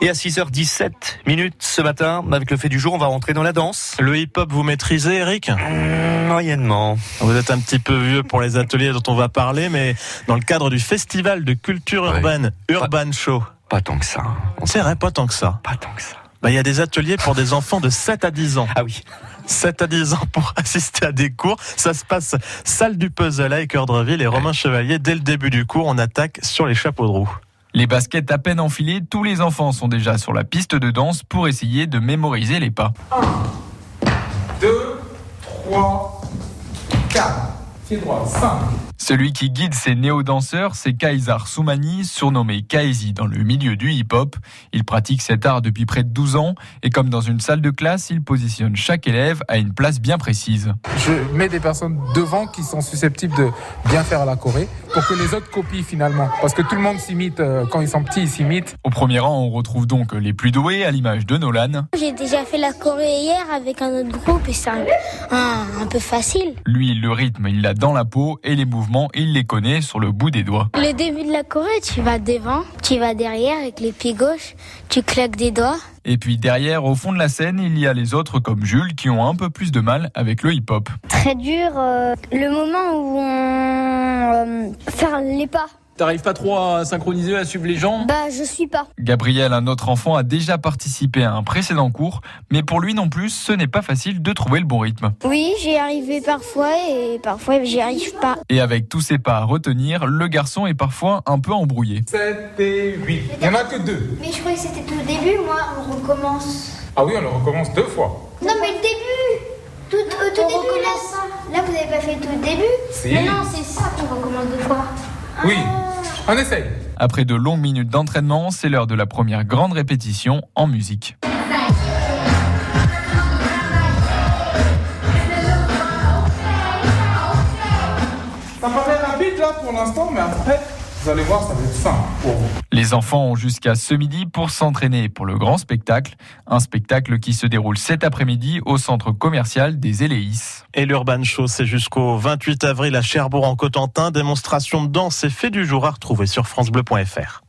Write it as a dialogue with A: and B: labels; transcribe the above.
A: Et à 6h17 minutes ce matin, avec le fait du jour, on va rentrer dans la danse.
B: Le hip-hop, vous maîtrisez, Eric
A: Mmh, moyennement.
B: Vous êtes un petit peu vieux pour les ateliers dont on va parler, mais dans le cadre du festival de culture
A: Ouais.
B: urbaine, Urban Show.
A: Pas tant que ça.
B: C'est vrai, pas tant que ça.
A: Pas tant que ça.
B: Bah, Il y a des ateliers pour des enfants de 7 à 10 ans.
A: Ah oui.
B: 7 à 10 ans pour assister à des cours. Ça se passe salle du puzzle avec Ordreville et Romain Chevalier. Dès le début du cours, on attaque sur les chapeaux de roue.
C: Les baskets à peine enfilées, tous les enfants sont déjà sur la piste de danse pour essayer de mémoriser les pas.
D: 2, 3, 4. Pied droit, 5.
C: Celui qui guide ces néo-danseurs, c'est Kaizar Soumani, surnommé Kaizi dans le milieu du hip-hop. Il pratique cet art depuis près de 12 ans et comme dans une salle de classe, il positionne chaque élève à une place bien précise.
D: Je mets des personnes devant qui sont susceptibles de bien faire la Corée pour que les autres copient finalement. Parce que tout le monde s'imite, euh, quand ils sont petits, ils s'imitent.
C: Au premier rang, on retrouve donc les plus doués à l'image de Nolan.
E: J'ai déjà fait la Corée hier avec un autre groupe et c'est un, un- un peu facile.
C: Lui, le rythme, il l'a dans la peau et les mouvements, il les connaît sur le bout des doigts.
E: Le début de la Corée, tu vas devant, tu vas derrière avec les pieds gauche, tu claques des doigts.
C: Et puis derrière, au fond de la scène, il y a les autres comme Jules qui ont un peu plus de mal avec le hip-hop.
F: très dur euh, le moment où on euh, faire les pas.
G: T'arrives pas trop à synchroniser, à suivre les gens
F: Bah je suis pas.
C: Gabriel, un autre enfant, a déjà participé à un précédent cours, mais pour lui non plus, ce n'est pas facile de trouver le bon rythme.
F: Oui, j'y arrivais parfois et parfois j'y arrive pas.
C: Et avec tous ses pas à retenir, le garçon est parfois un peu embrouillé.
D: 7 et 8. Il n'y en a que deux.
F: Mais je croyais que c'était tout le début, moi, on recommence.
D: Ah oui, on le recommence deux fois.
F: Non mais le début tout, Au tout début là, là vous avez pas fait tout le début Ah
D: Si. Mais non,
F: c'est ça qu'on recommence deux fois.
D: Oui. On essaye.
C: Après de longues minutes d'entraînement, c'est l'heure de la première grande répétition en musique.
D: Ça paraît rapide là pour l'instant, mais après, vous allez voir, ça va être simple pour vous.
C: Les enfants ont jusqu'à ce midi pour s'entraîner pour le grand spectacle, un spectacle qui se déroule cet après-midi au centre commercial des Éléis.
B: Et l'Urban Show, c'est jusqu'au 28 avril à Cherbourg en Cotentin. Démonstration de danse et fait du jour à retrouver sur FranceBleu.fr.